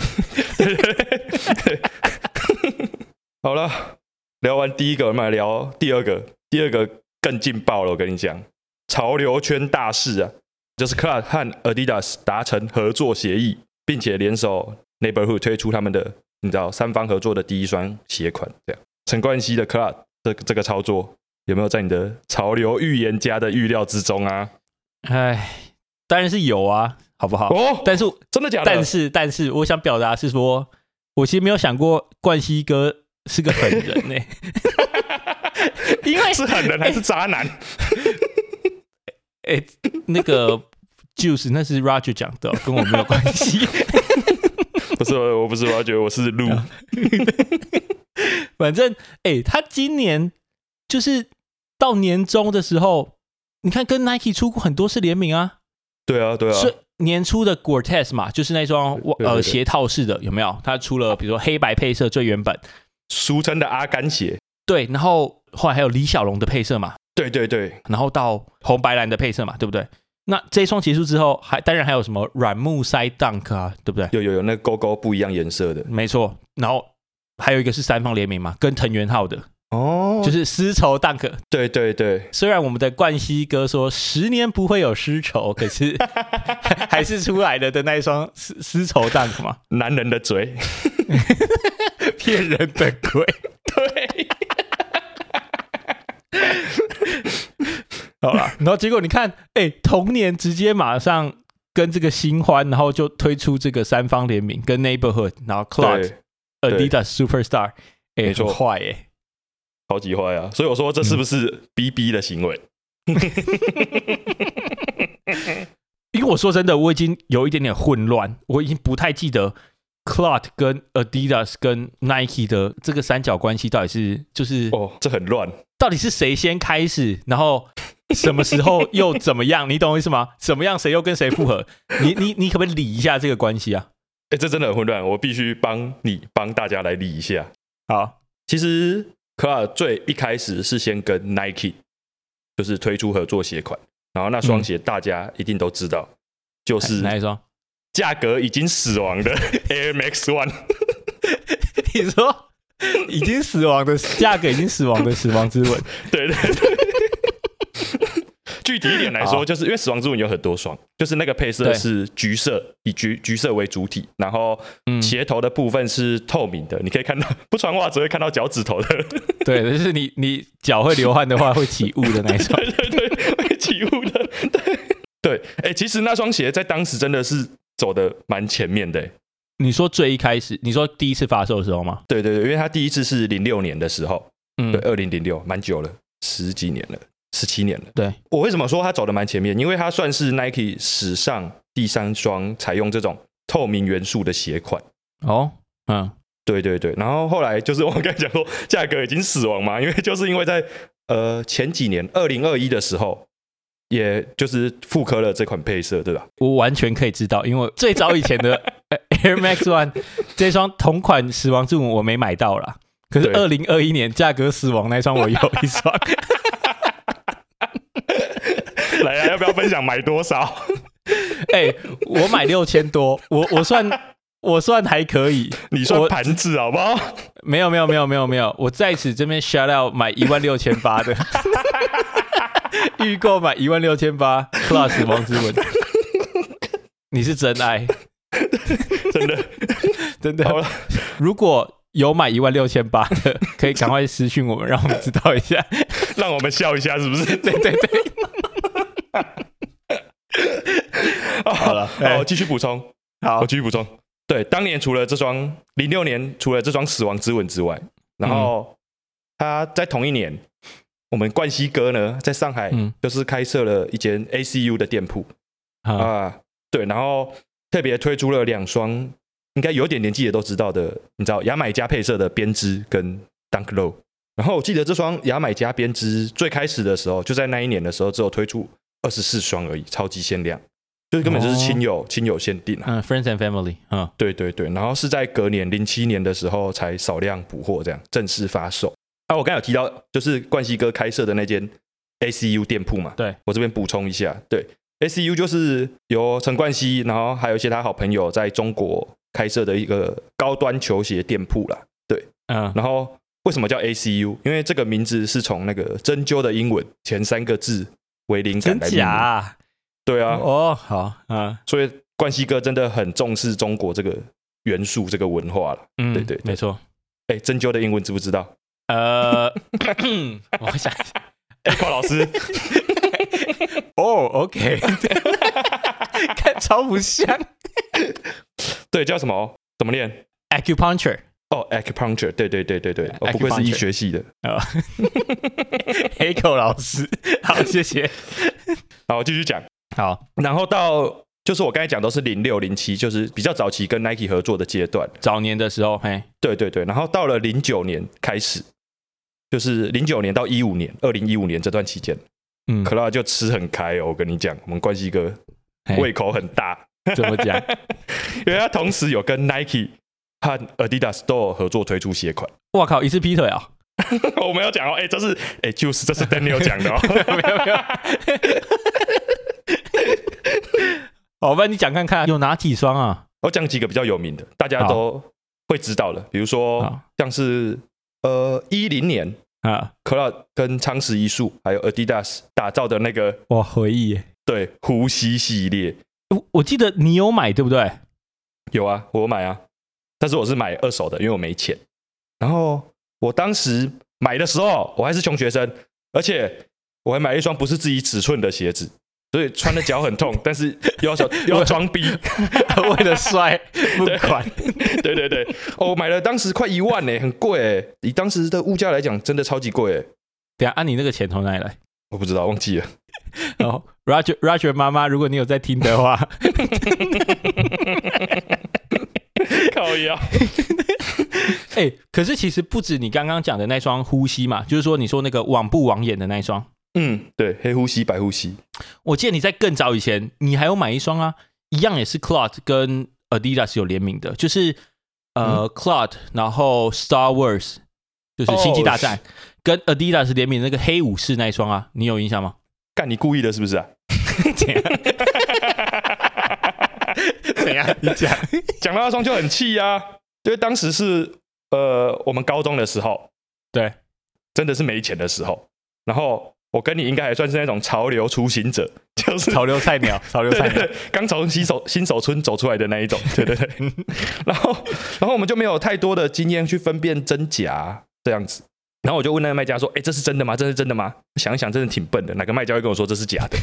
[SPEAKER 2] 好了。聊完第一个，我们来聊第二个。第二个更劲爆了，我跟你讲，潮流圈大事啊，就是 Club 和 Adidas 达成合作协议，并且联手 Neighborhood 推出他们的，你知道三方合作的第一双鞋款。这样，陈冠希的 Club 这这个操作有没有在你的潮流预言家的预料之中啊？
[SPEAKER 4] 哎，当然是有啊，好不好？
[SPEAKER 2] 哦，
[SPEAKER 4] 但是
[SPEAKER 2] 真的假的？
[SPEAKER 4] 但是但是，我想表达是说，我其实没有想过冠希哥是个狠人欸呢、
[SPEAKER 2] [LAUGHS] 因为 [LAUGHS] 是狠人还是渣 [LAUGHS] 男？
[SPEAKER 4] [LAUGHS] 哎、那个 Juice 那是 Roger 讲的哦、跟我没有关系。
[SPEAKER 2] 不是，我不是，我要觉得我是鹿。
[SPEAKER 4] 反正哎、他今年就是到年终的时候，你看跟 Nike 出过很多次联名啊，
[SPEAKER 2] [LAUGHS] 对啊，对啊，
[SPEAKER 4] 是年初的 Gore-Tex 嘛，就是那双
[SPEAKER 2] 对对
[SPEAKER 4] 呃
[SPEAKER 2] 对
[SPEAKER 4] 鞋套式的，有没有？它出了比如说黑白配色最原本，
[SPEAKER 2] 俗称的阿甘鞋。
[SPEAKER 4] 对，然后后来还有李小龙的配色嘛，
[SPEAKER 2] 对对对，
[SPEAKER 4] 然后到红白蓝的配色嘛，对不对？那这一双结束之后，还当然还有什么软木塞 Dunk 啊，对不对？
[SPEAKER 2] 有有有，那个勾勾不一样颜色的
[SPEAKER 4] 没错，然后还有一个是三方联名嘛，跟藤原浩的，
[SPEAKER 2] 哦
[SPEAKER 4] 就是丝绸 Dunk。
[SPEAKER 2] 对对对，
[SPEAKER 4] 虽然我们的冠希哥说十年不会有丝绸， [LAUGHS] 可是还是出来了的那一双丝丝绸 Dunk 嘛，
[SPEAKER 2] 男人的嘴，
[SPEAKER 4] 骗人的 [LAUGHS] 鬼。好了，然后结果你看，哎、同年直接马上跟这个新欢，然后就推出这个三方联名，跟 Neighborhood，然后 Clot、
[SPEAKER 2] 对，
[SPEAKER 4] Adidas、Superstar，哎、
[SPEAKER 2] 没
[SPEAKER 4] 很
[SPEAKER 2] 错
[SPEAKER 4] 坏哎、
[SPEAKER 2] 超级坏啊！所以我说这是不是 B B 的行为？
[SPEAKER 4] 因为我说真的，我已经有一点点混乱，我已经不太记得 Clot 跟 Adidas 跟 Nike 的这个三角关系到底是就是
[SPEAKER 2] 哦，这很乱，
[SPEAKER 4] 到底是谁先开始，然后 [LAUGHS] 什么时候又怎么样？你懂我意思吗？怎么样谁又跟谁复 [LAUGHS] 合？你你你可不可以理一下这个关系啊？
[SPEAKER 2] 哎，这真的很混乱，我必须帮你帮大家来理一下。
[SPEAKER 4] 好，
[SPEAKER 2] 其实 c l a r 最一开始是先跟 Nike 就是推出合作鞋款，然后那双鞋大家一定都知道，就是
[SPEAKER 4] 哪一双？
[SPEAKER 2] 价格已经死亡的 [LAUGHS] Air Max One。
[SPEAKER 4] [LAUGHS] 你说已经死亡 [LAUGHS] 的价格，已经死亡的死亡之吻。
[SPEAKER 2] 对对对。 [LAUGHS] 具体一点来说，就是因为死亡之吻有很多双，就是那个配色
[SPEAKER 4] 对
[SPEAKER 2] 是橘色，以橘橘色为主体，然后
[SPEAKER 4] 嗯
[SPEAKER 2] 鞋头的部分是透明的，你可以看到 [LAUGHS] 不穿袜子会看到脚趾头的，
[SPEAKER 4] [LAUGHS]
[SPEAKER 2] [LAUGHS]
[SPEAKER 4] 对，就是你你脚会流汗的话会起雾的那一 [LAUGHS] 双。
[SPEAKER 2] 对对对，会起雾的， [LAUGHS] 对对。哎、其实那双鞋在当时真的是走的蛮前面的、哎
[SPEAKER 4] 你说最一开始，你说第一次发售的时候吗？
[SPEAKER 2] 对对对，因为它第一次是零六年的时候，
[SPEAKER 4] 嗯
[SPEAKER 2] 对，二零零六，蛮久了，十几年了，十七年了。
[SPEAKER 4] 对，
[SPEAKER 2] 我为什么说它走的蛮前面？因为它算是 Nike 史上第三双采用这种透明元素的鞋款。
[SPEAKER 4] 哦，嗯，
[SPEAKER 2] 对对对，然后后来就是我刚才讲说价格已经死亡嘛，因为就是因为在呃前几年二零二一的时候，也就是复刻了这款配色，对吧？ [LAUGHS]
[SPEAKER 4] 我完全可以知道，因为最早以前的呃 Air Max One 这双同款死亡之吻我没买到啦，可是
[SPEAKER 2] 对
[SPEAKER 4] 二零二一年价格死亡那双我有一
[SPEAKER 2] [LAUGHS]
[SPEAKER 4] 双，
[SPEAKER 2] 来啊，要不要分享买多少？ [LAUGHS]
[SPEAKER 4] 哎、我买六千多，我我算我算还可以，
[SPEAKER 2] 你算
[SPEAKER 4] 我
[SPEAKER 2] 盘子好不好？ [LAUGHS]
[SPEAKER 4] 没有没有没有没有没有，我在此这边 shout out 买一万六千八
[SPEAKER 2] [LAUGHS]
[SPEAKER 4] 的，预购买一万六千八 plus 王之文， [LAUGHS] 你是真爱，
[SPEAKER 2] 真的
[SPEAKER 4] 真的
[SPEAKER 2] 好了。
[SPEAKER 4] 如果有买一万六千八的，可以赶快私讯我们，让我们知道一
[SPEAKER 2] [LAUGHS]
[SPEAKER 4] 下。
[SPEAKER 2] 让我们笑一下，是不是？对对对。 [LAUGHS] 好了，好，哦我继续补充。
[SPEAKER 4] 哎好
[SPEAKER 2] 我继续补充。对，当年除了这双零六年除了这双死亡之吻之外，然后他在同一年，我们冠希哥呢在上海
[SPEAKER 4] 嗯
[SPEAKER 2] 就是开设了一间 ACU 的店铺啊、
[SPEAKER 4] 啊，
[SPEAKER 2] 对，然后特别推出了两双应该有点年纪也都知道的，你知道牙买加配色的编织跟 Dunk Low。然后我记得这双牙买加编织最开始的时候，就在那一年的时候，只有推出二十四双而已，超级限量，就是根本就是亲友、亲友限定啊。
[SPEAKER 4] 嗯，friends and family，嗯，
[SPEAKER 2] 对对对，然后是在隔年零七年的时候才少量补货，这样正式发售。啊，我刚才有提到，就是冠希哥开设的那间 ACU 店铺嘛，
[SPEAKER 4] 对
[SPEAKER 2] 我这边补充一下，对， SCU 就是由陈冠希，然后还有一些他好朋友在中国开设的一个高端球鞋店铺啦。
[SPEAKER 4] 嗯，
[SPEAKER 2] 然后为什么叫 ACU？因为这个名字是从那个针灸的英文前三个字为灵感
[SPEAKER 4] 真
[SPEAKER 2] 来命
[SPEAKER 4] 假
[SPEAKER 2] 名。
[SPEAKER 4] 啊？
[SPEAKER 2] 对啊，
[SPEAKER 4] 哦，好，嗯
[SPEAKER 2] 所以冠希哥真的很重视中国这个元素、这个文化了。
[SPEAKER 4] 嗯，
[SPEAKER 2] 对对对
[SPEAKER 4] 没错。
[SPEAKER 2] 哎，针灸的英文知不知道？ [LAUGHS]
[SPEAKER 4] 呃，我想一下 [LAUGHS]
[SPEAKER 2] 哎，邝老师，
[SPEAKER 5] 哦，OK，看超不像。
[SPEAKER 2] 对，叫什么？哦怎么念？
[SPEAKER 4] ，acupuncture，
[SPEAKER 2] 哦，acupuncture，对对对对对，哦，不愧是
[SPEAKER 4] acupuncture
[SPEAKER 2] 医学系的。
[SPEAKER 4] [LAUGHS] 黑狗老师，好，谢谢。
[SPEAKER 2] 好，继续讲。
[SPEAKER 4] 好，
[SPEAKER 2] 然后到就是我刚才讲都是零六零七，就是比较早期跟 Nike 合作的阶段。
[SPEAKER 4] 早年的时候，嘿，
[SPEAKER 2] 对对对，然后到了零九年开始，就是零九年到一五年，二零一五年这段期间，
[SPEAKER 4] 嗯
[SPEAKER 2] 克拉就吃很开哦。我跟你讲，我们冠希哥
[SPEAKER 4] 嘿
[SPEAKER 2] 胃口很大，
[SPEAKER 4] 怎么讲？
[SPEAKER 2] 因为他同时有跟 Nike 和 Adidas 都有合作推出鞋款。 [LAUGHS]
[SPEAKER 4] 我靠，一次劈腿啊！
[SPEAKER 2] 我没有讲哦，哎、这是哎、就是这是 Daniel 讲的哦， [LAUGHS] 没有没有，
[SPEAKER 4] [LAUGHS] 哦，不然你讲看看，有哪几双啊？
[SPEAKER 2] 我哦讲几个比较有名的，大家都会知道的，比如说
[SPEAKER 4] 好
[SPEAKER 2] 像是呃一零年。
[SPEAKER 4] 啊，
[SPEAKER 2] 克拉跟仓石一树还有 Adidas 打造的那个
[SPEAKER 4] 我回忆耶，
[SPEAKER 2] 对呼吸系列，
[SPEAKER 4] 我我记得你有买对不对？
[SPEAKER 2] 有啊，我有买啊，但是我是买二手的，因为我没钱。然后我当时买的时候，我还是穷学生，而且我还买了一双不是自己尺寸的鞋子，所以穿的脚很痛，但是又要小又要装逼。
[SPEAKER 4] [LAUGHS] 为了帅 [LAUGHS] 不管，
[SPEAKER 2] 对对对，哦，我买了当时快一万呢、很贵、欸，以当时的物价来讲，真的超级贵、欸。
[SPEAKER 4] 等一下，按、你那个钱从哪里 [LAUGHS] 来？
[SPEAKER 2] 我不知道，忘记了。
[SPEAKER 4] 哦，Roger Roger 妈妈，如果你有在听的话，
[SPEAKER 2] 靠腰，
[SPEAKER 4] [LAUGHS] 哎、可是其实不止你刚刚讲的那双呼吸嘛，就是说你说那个网不网眼的那一双，
[SPEAKER 2] 嗯，对，黑呼吸白呼吸，
[SPEAKER 4] 我记得你在更早以前，你还有买一双啊，一样也是 Clot 跟 Adidas 有联名的，就是呃、Clot，然后 Star Wars 就是星际大战、跟 Adidas 联名的那个黑武士那一双啊，你有印象吗？
[SPEAKER 2] 干你故意的是不 [LAUGHS] 是啊？
[SPEAKER 4] 怎样？ [LAUGHS] 你讲
[SPEAKER 2] 讲到那双就很气呀、啊，因为当时是呃我们高中的时候，
[SPEAKER 4] 对，
[SPEAKER 2] 真的是没钱的时候。然后我跟你应该还算是那种潮流出行者，就是
[SPEAKER 4] 潮流菜鸟，潮流
[SPEAKER 2] 对
[SPEAKER 4] 菜
[SPEAKER 2] 对
[SPEAKER 4] 鸟，
[SPEAKER 2] 对，刚从新手新手村走出来的那一
[SPEAKER 4] [LAUGHS]
[SPEAKER 2] 种，对对对。然后然后我们就没有太多的经验去分辨真假这样子。然后我就问那个卖家说：“哎、这是真的吗？这是真的吗？”想一想，真的挺笨的。哪个卖家会跟我说这是假的？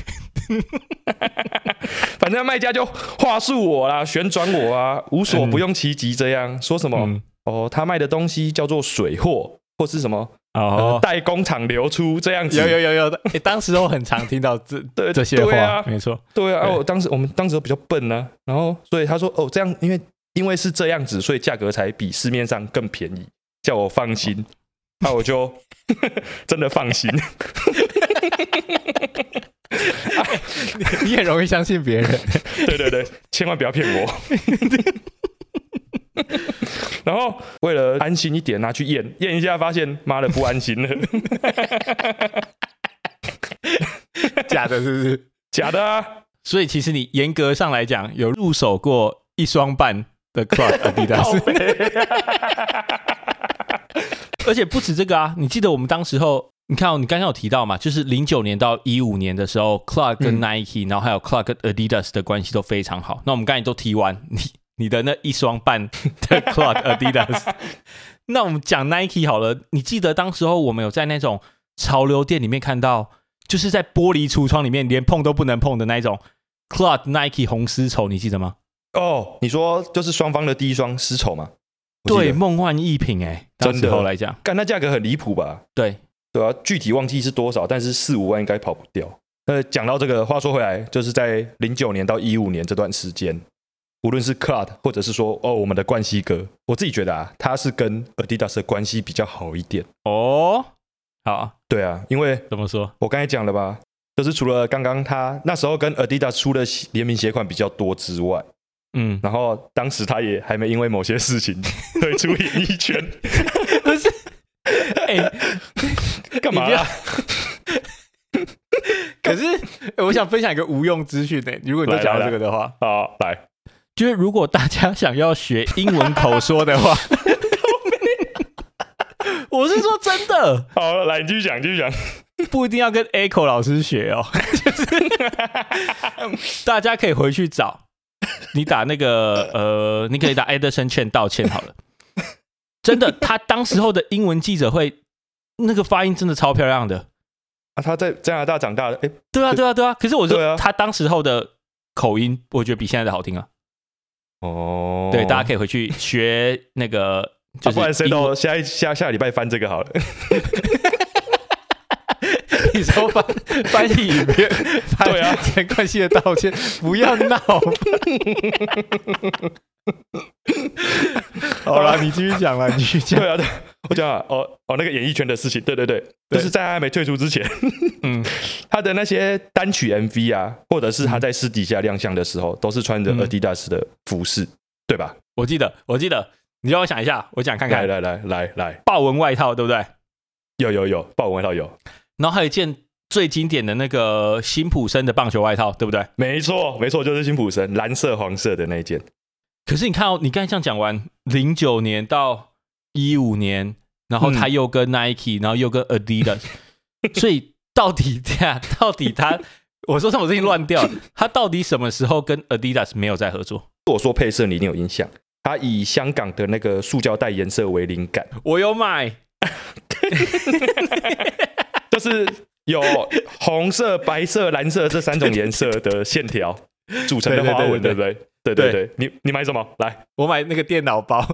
[SPEAKER 2] [LAUGHS] 反正卖家就话术我啦，旋转我啊，无所不用其极。这样、说什么、
[SPEAKER 4] 嗯
[SPEAKER 2] 哦，他卖的东西叫做水货，或是什么、呃
[SPEAKER 4] 哦，
[SPEAKER 2] 代工厂流出这样子。
[SPEAKER 4] 有有有有，哎、当时我很常听到这 [LAUGHS]
[SPEAKER 2] 对
[SPEAKER 4] 这些话，
[SPEAKER 2] 对啊
[SPEAKER 4] 没错，
[SPEAKER 2] 对啊，啊
[SPEAKER 4] 对
[SPEAKER 2] 我当时我们当时都比较笨呢、然后所以他说哦，这样因为因为是这样子，所以价格才比市面上更便宜，叫我放 [LAUGHS] 心。那、我就 [LAUGHS] 真的放 [LAUGHS] 心，
[SPEAKER 5] 你很容易相信别
[SPEAKER 4] [LAUGHS]
[SPEAKER 5] 人。
[SPEAKER 2] 对对对，千万不要骗 [LAUGHS] 我。然后为了安心一点，拿去验验一下，发现妈的不安心 [LAUGHS] 了，
[SPEAKER 5] 假的，是不是？
[SPEAKER 2] 假的啊！
[SPEAKER 4] 所以其实你严格上来讲，有入手过一双半的 Clot Adidas，而且不止这个啊！你记得我们当时候，你看、哦、你刚刚有提到嘛，就是零九年到一五年的时候，Clot 跟 Nike，、然后还有 Clot 跟 Adidas 的关系都非常好。那我们刚才都提完你 [LAUGHS] 你的那一双半的 Clot Adidas，那 [LAUGHS] 我们讲 Nike 好了。你记得当时候我们有在那种潮流店里面看到，就是在玻璃橱窗里面连碰都不能碰的那一种 Clot Nike 红丝绸，你记得吗？
[SPEAKER 2] 哦，你说就是双方的第一双丝绸嘛？我记
[SPEAKER 4] 对，
[SPEAKER 2] 得，
[SPEAKER 4] 梦幻一品哎、欸，
[SPEAKER 2] 真的
[SPEAKER 4] 当时候来讲，
[SPEAKER 2] 干那价格很离谱吧？
[SPEAKER 4] 对，
[SPEAKER 2] 对啊，具体忘记是多少，但是四五万应该跑不掉。呃，讲到这个，话说回来，就是在零九年到一五年这段时间，无论是 Cloud 或者是说哦我们的冠希哥，我自己觉得啊，他是跟 Adidas 的关系比较好一点。
[SPEAKER 4] 哦，好，
[SPEAKER 2] 对啊，因为
[SPEAKER 4] 怎么说？
[SPEAKER 2] 我刚才讲了吧，就是除了刚刚他那时候跟 Adidas 出的鞋联名鞋款比较多之外，
[SPEAKER 5] [LAUGHS]
[SPEAKER 4] 嗯，
[SPEAKER 2] 然后当时他也还没因为某些事情 [LAUGHS] 退出演艺圈，
[SPEAKER 4] 不是， [LAUGHS] 哎、
[SPEAKER 2] [LAUGHS] 干嘛啊
[SPEAKER 4] 你不要
[SPEAKER 2] 啦？
[SPEAKER 5] [LAUGHS] 可是、欸我想分享一个无用资讯呢，如果你都讲到这个的话，
[SPEAKER 2] 好，来，
[SPEAKER 4] 就是如果大家想要学英文口说
[SPEAKER 5] [LAUGHS]
[SPEAKER 4] 的话，我是说真的，
[SPEAKER 2] 好了，来，你继续讲，继续讲。
[SPEAKER 4] 不一定要跟 Echo 老师学
[SPEAKER 2] [LAUGHS]
[SPEAKER 4] 哦，就是大家可以回去找，你打那个呃，你可以打 Edison Chen 道歉好了。真的，他当时候的英文记者会，那个发音真的超漂亮的。
[SPEAKER 2] 啊，他在加拿大长大的，哎、
[SPEAKER 4] 对啊，对啊，对啊。可是我说、
[SPEAKER 2] 对啊
[SPEAKER 4] 他当时候的口音，我觉得比现在的好听啊。
[SPEAKER 2] 哦，
[SPEAKER 4] 对，大家
[SPEAKER 2] 以，
[SPEAKER 4] 可以回去学那个，就
[SPEAKER 2] 啊、不然
[SPEAKER 4] 是
[SPEAKER 2] 谁
[SPEAKER 4] 英文
[SPEAKER 2] 到下一下下礼拜翻这
[SPEAKER 4] [LAUGHS]
[SPEAKER 2] 个好了。
[SPEAKER 5] [LAUGHS] 你说翻翻译里面，翻
[SPEAKER 2] 对啊
[SPEAKER 5] 钱冠希的道歉，不要
[SPEAKER 4] [LAUGHS]
[SPEAKER 5] 闹。好了，你继续讲了，你继续讲。
[SPEAKER 2] 对啊，对，我讲啊，哦哦，那个演艺圈的事情，对对对，
[SPEAKER 5] 对
[SPEAKER 2] 就是在他还没退出之前，
[SPEAKER 4] 嗯，
[SPEAKER 2] [LAUGHS] 他的那些单曲 MV 啊，或者是他在私底下亮相的时候，都是穿着
[SPEAKER 4] 嗯
[SPEAKER 2] Adidas 的服饰，对吧？
[SPEAKER 4] [LAUGHS] 我记得，我记得，你让我想一下，我想看看
[SPEAKER 2] 来来来来来，
[SPEAKER 4] 豹纹外套，对不对？
[SPEAKER 2] 有有有，豹纹外套有，
[SPEAKER 4] 然后还有一件最经典的那个辛普森的棒球外套，对不对？
[SPEAKER 2] 没错没错，就是辛普森蓝色黄色的那一件，
[SPEAKER 4] 可是你看哦，你刚才这样讲完，零九年到一五年，然后他又跟 Nike，、然后又跟 Adidas，所以到底这样， [LAUGHS] 到底他，我说什么事情乱掉了？他到底什么时候跟 Adidas 没有在合作？
[SPEAKER 2] 我说配色你一定有印象，它以香港的那个塑胶袋颜色为灵感，
[SPEAKER 4] 我有买，
[SPEAKER 2] 就是有红色、白色、蓝色这三种颜色的线条组成的花纹，
[SPEAKER 5] 对对对
[SPEAKER 2] 对不对？对对对，你你买什么？来，
[SPEAKER 5] 我买那个电脑包，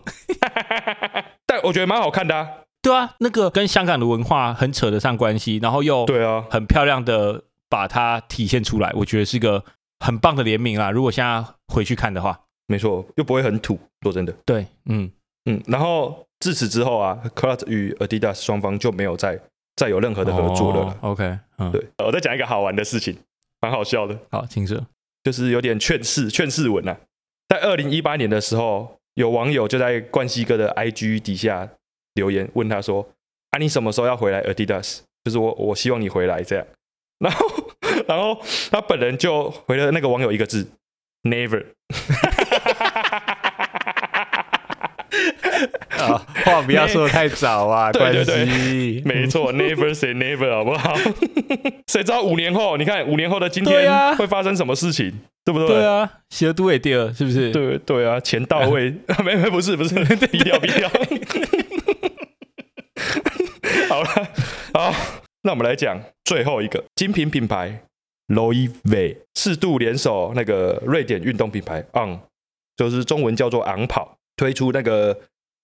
[SPEAKER 2] 但我觉得蛮好看的啊。
[SPEAKER 4] 对啊，那个跟香港的文化很扯得上关系，然后又
[SPEAKER 2] 对啊，
[SPEAKER 4] 很漂亮的把它体现出来，我觉得是个很棒的联名啦。如果现在回去看的话，
[SPEAKER 2] 没错，又不会很土。说真的，
[SPEAKER 4] 对，嗯，
[SPEAKER 2] 嗯，然后自此之后啊 c l u t 与 Adidas 双方就没有再再有任何的合作了啦。
[SPEAKER 4] 哦 OK，嗯，
[SPEAKER 2] 对，呃我再讲一个好玩的事情，蛮好笑的，
[SPEAKER 4] 好，请说。
[SPEAKER 2] 就是有点劝世劝世文啊。在二零一八年的时候，有网友就在冠希哥的 IG 底下留言问他说：“啊，你什么时候要回来 Adidas？就是我我希望你回来这样。” [LAUGHS] 然后然后他本人就回了那个网友一个字：“Never。” [LAUGHS]
[SPEAKER 5] 啊，话不要说的太早啊，
[SPEAKER 2] 对
[SPEAKER 5] 冠
[SPEAKER 2] [LAUGHS] 对对
[SPEAKER 5] 希。
[SPEAKER 2] 没
[SPEAKER 4] [LAUGHS]
[SPEAKER 2] 错，never say never，好不好？ [LAUGHS] 谁知道五年后，你看五年后的今
[SPEAKER 4] 对
[SPEAKER 2] 天
[SPEAKER 4] 啊
[SPEAKER 2] 会发生什么事情，对不对？
[SPEAKER 4] 对啊，邪都也第二，是不是？
[SPEAKER 2] 对对啊，钱到位， [LAUGHS] 没没不是不是，低调低调。 [LAUGHS] 好了，好，那我们来讲最后一个精品品牌 l o e v e 适度联手那个瑞典运动品牌 On，就是中文叫做昂跑，推出那个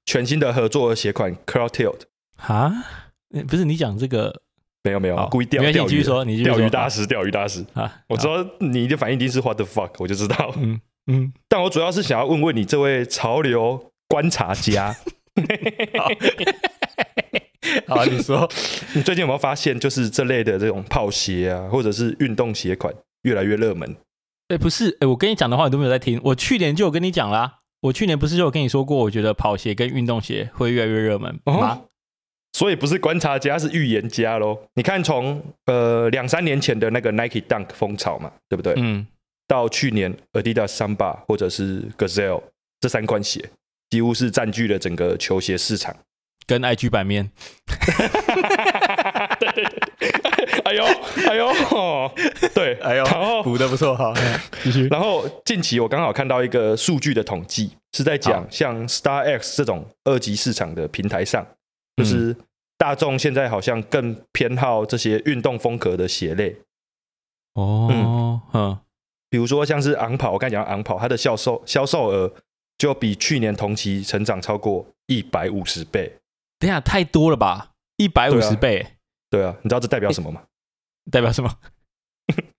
[SPEAKER 2] 全新的合作鞋款 c r o w t i l t
[SPEAKER 4] 啊，呃不是你讲这个，
[SPEAKER 2] 没有没有
[SPEAKER 4] 好，
[SPEAKER 2] 哦故意钓
[SPEAKER 4] 没关系哦
[SPEAKER 2] 钓鱼
[SPEAKER 4] 你继续
[SPEAKER 2] 的
[SPEAKER 4] 说你继续
[SPEAKER 2] 钓
[SPEAKER 4] 说
[SPEAKER 2] 鱼大师，钓鱼大师
[SPEAKER 4] 啊
[SPEAKER 2] 我知道你的反应一定是 what the fuck，我就知道。
[SPEAKER 4] 嗯
[SPEAKER 2] [LAUGHS]
[SPEAKER 4] 嗯，
[SPEAKER 2] 但我主要是想要问问你这位潮流观察家，
[SPEAKER 5] 好，你说，
[SPEAKER 2] [LAUGHS] 你最近有没有发现，就是这类的这种泡鞋啊，或者是运动鞋款越来越热门？
[SPEAKER 4] 哎、不是，哎、我跟你讲的话你都没有在听，我去年就有跟你讲啦。我去年不是就有跟你说过，我觉得跑鞋跟运动鞋会越来越热门
[SPEAKER 2] 哦
[SPEAKER 4] 吗？
[SPEAKER 2] 所以不是观察家，是预言家喽。你看从呃两三年前的那个 Nike Dunk 风潮嘛，对不对？
[SPEAKER 4] 嗯，
[SPEAKER 2] 到去年 Adidas Samba 或者是 Gazelle 这三款鞋，几乎是占据了整个球鞋市场。
[SPEAKER 4] 跟 IG 版面，
[SPEAKER 2] [LAUGHS] 对对 [LAUGHS] 对，哎呦哎呦，哦对，
[SPEAKER 5] 哎呦
[SPEAKER 2] 然，后
[SPEAKER 5] 补的不错，
[SPEAKER 4] [LAUGHS]
[SPEAKER 5] 好，
[SPEAKER 4] 哎
[SPEAKER 5] 继续。
[SPEAKER 2] 然后近期我刚好看到一个数据的统计，是在讲像 Star X 这种二级市场的平台上，
[SPEAKER 4] 嗯
[SPEAKER 2] 就是大众现在好像更偏好这些运动风格的鞋类，
[SPEAKER 4] 哦，嗯，
[SPEAKER 2] 比如说像是昂跑，我刚才讲到昂跑，它的销售销售额就比去年同期成长超过一百五十倍。
[SPEAKER 4] 等一下太多了吧？一百五
[SPEAKER 2] 对啊
[SPEAKER 4] 十倍、
[SPEAKER 2] 对啊，你知道这代表什
[SPEAKER 4] [LAUGHS]
[SPEAKER 2] 么吗？
[SPEAKER 4] 代表什么？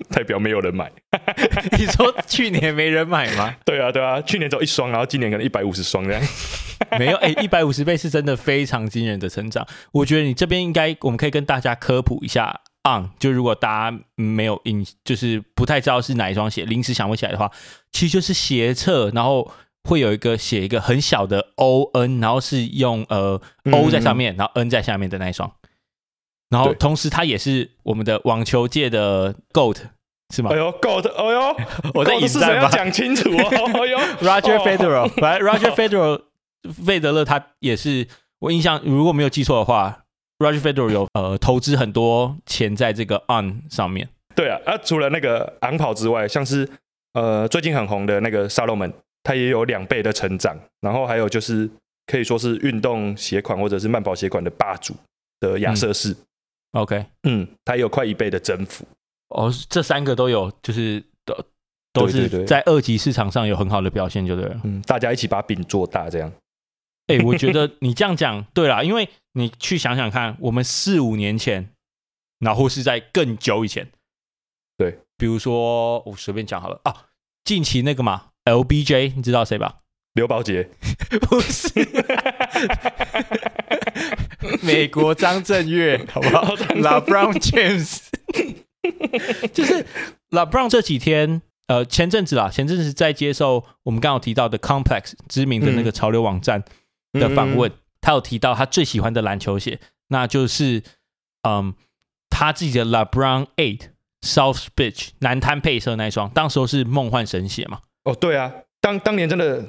[SPEAKER 2] 代表没有人买。
[SPEAKER 4] [LAUGHS]
[SPEAKER 5] 你说去年没人买吗？
[SPEAKER 2] 对啊，对啊，去年只有一双，然后今年可能一百五十双这样。
[SPEAKER 4] 没有，哎、1一百五十倍是真的非常惊人的成长。我觉得你这边应该，我们可以跟大家科普一下 on，就如果大家没有印，就是不太知道是哪一双鞋，临时想不起来的话，其实就是鞋侧，然后会有一个写一个很小嗯的 O N，然后是用呃 O 在上面，然后 N 在下面的那一双。然后
[SPEAKER 2] 对
[SPEAKER 4] 同时它也是我们的网球界的 GOAT 是吗
[SPEAKER 2] 哎呦，God，哎呦，
[SPEAKER 4] 我在
[SPEAKER 2] GOAT
[SPEAKER 4] 引
[SPEAKER 2] 是谁
[SPEAKER 4] 战
[SPEAKER 2] 要
[SPEAKER 4] 吧
[SPEAKER 2] 讲清楚哦，哎呦
[SPEAKER 4] [LAUGHS] ？Roger
[SPEAKER 2] [LAUGHS] 哦
[SPEAKER 4] Federer，反正 [LAUGHS] Roger Federer 费德勒他也是我印象如果没有记错的话，Roger Federer 有呃投资很多钱在这个 on 上面。
[SPEAKER 2] 对啊，啊，除了那个昂跑之外，像是呃最近很红的那个沙漏门，它也有两倍的成长，然后还有就是可以说是运动鞋款或者是慢跑鞋款的霸主的亚瑟士，
[SPEAKER 4] OK，
[SPEAKER 2] 嗯，它也有快一倍的增幅，
[SPEAKER 4] 哦，这三个都有，就是都都
[SPEAKER 2] 对对
[SPEAKER 4] 是
[SPEAKER 2] 对
[SPEAKER 4] 在二级市场上有很好的表现，就对了。
[SPEAKER 2] 嗯，大家一起把饼做大这样，
[SPEAKER 4] 哎、我觉 [LAUGHS] 得你这样讲对啦，因为你去想想看，我们四五年前，然后是在更久以前，
[SPEAKER 2] 对，
[SPEAKER 4] 比如说我随便讲好了啊，近期那个嘛，LBJ，你知道谁吧？
[SPEAKER 2] 刘宝杰，
[SPEAKER 4] 不是， [LAUGHS]
[SPEAKER 5] 美国张震岳，好不好？LeBron James，
[SPEAKER 4] [LAUGHS] 就是 LeBron 这几天，呃，前阵子啦，前阵子在接受我们刚好提到的 Complex 知名的那个潮流网站的访问，他有提到他最喜欢的篮球鞋，那就是嗯他自己的 LeBron Eight South Beach 南滩配色那一双，当时候是梦幻神鞋嘛。
[SPEAKER 2] 哦，对啊，当当年真的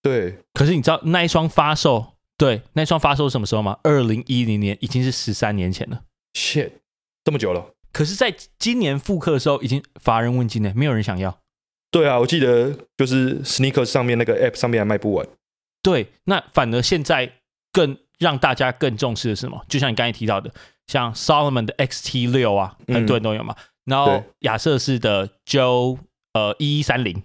[SPEAKER 2] 对，
[SPEAKER 4] 可是你知道那一双发售，对，那一双发售是什么时候吗？二零一零年，已经是十三年前了。
[SPEAKER 2] shit，这么久了。
[SPEAKER 4] 可是，在今年复刻的时候，已经乏人问津了，没有人想要。
[SPEAKER 2] 对啊，我记得就是 sneakers 上面那个 app 上面还卖不完，
[SPEAKER 4] 对，那反而现在更让大家更重视的是什么？就像你刚才提到的，像 Solomon 的 XT 六啊，
[SPEAKER 2] 嗯
[SPEAKER 4] 很多人都有嘛。然后
[SPEAKER 2] 对
[SPEAKER 4] 亚瑟士的 Joe 呃一一三零，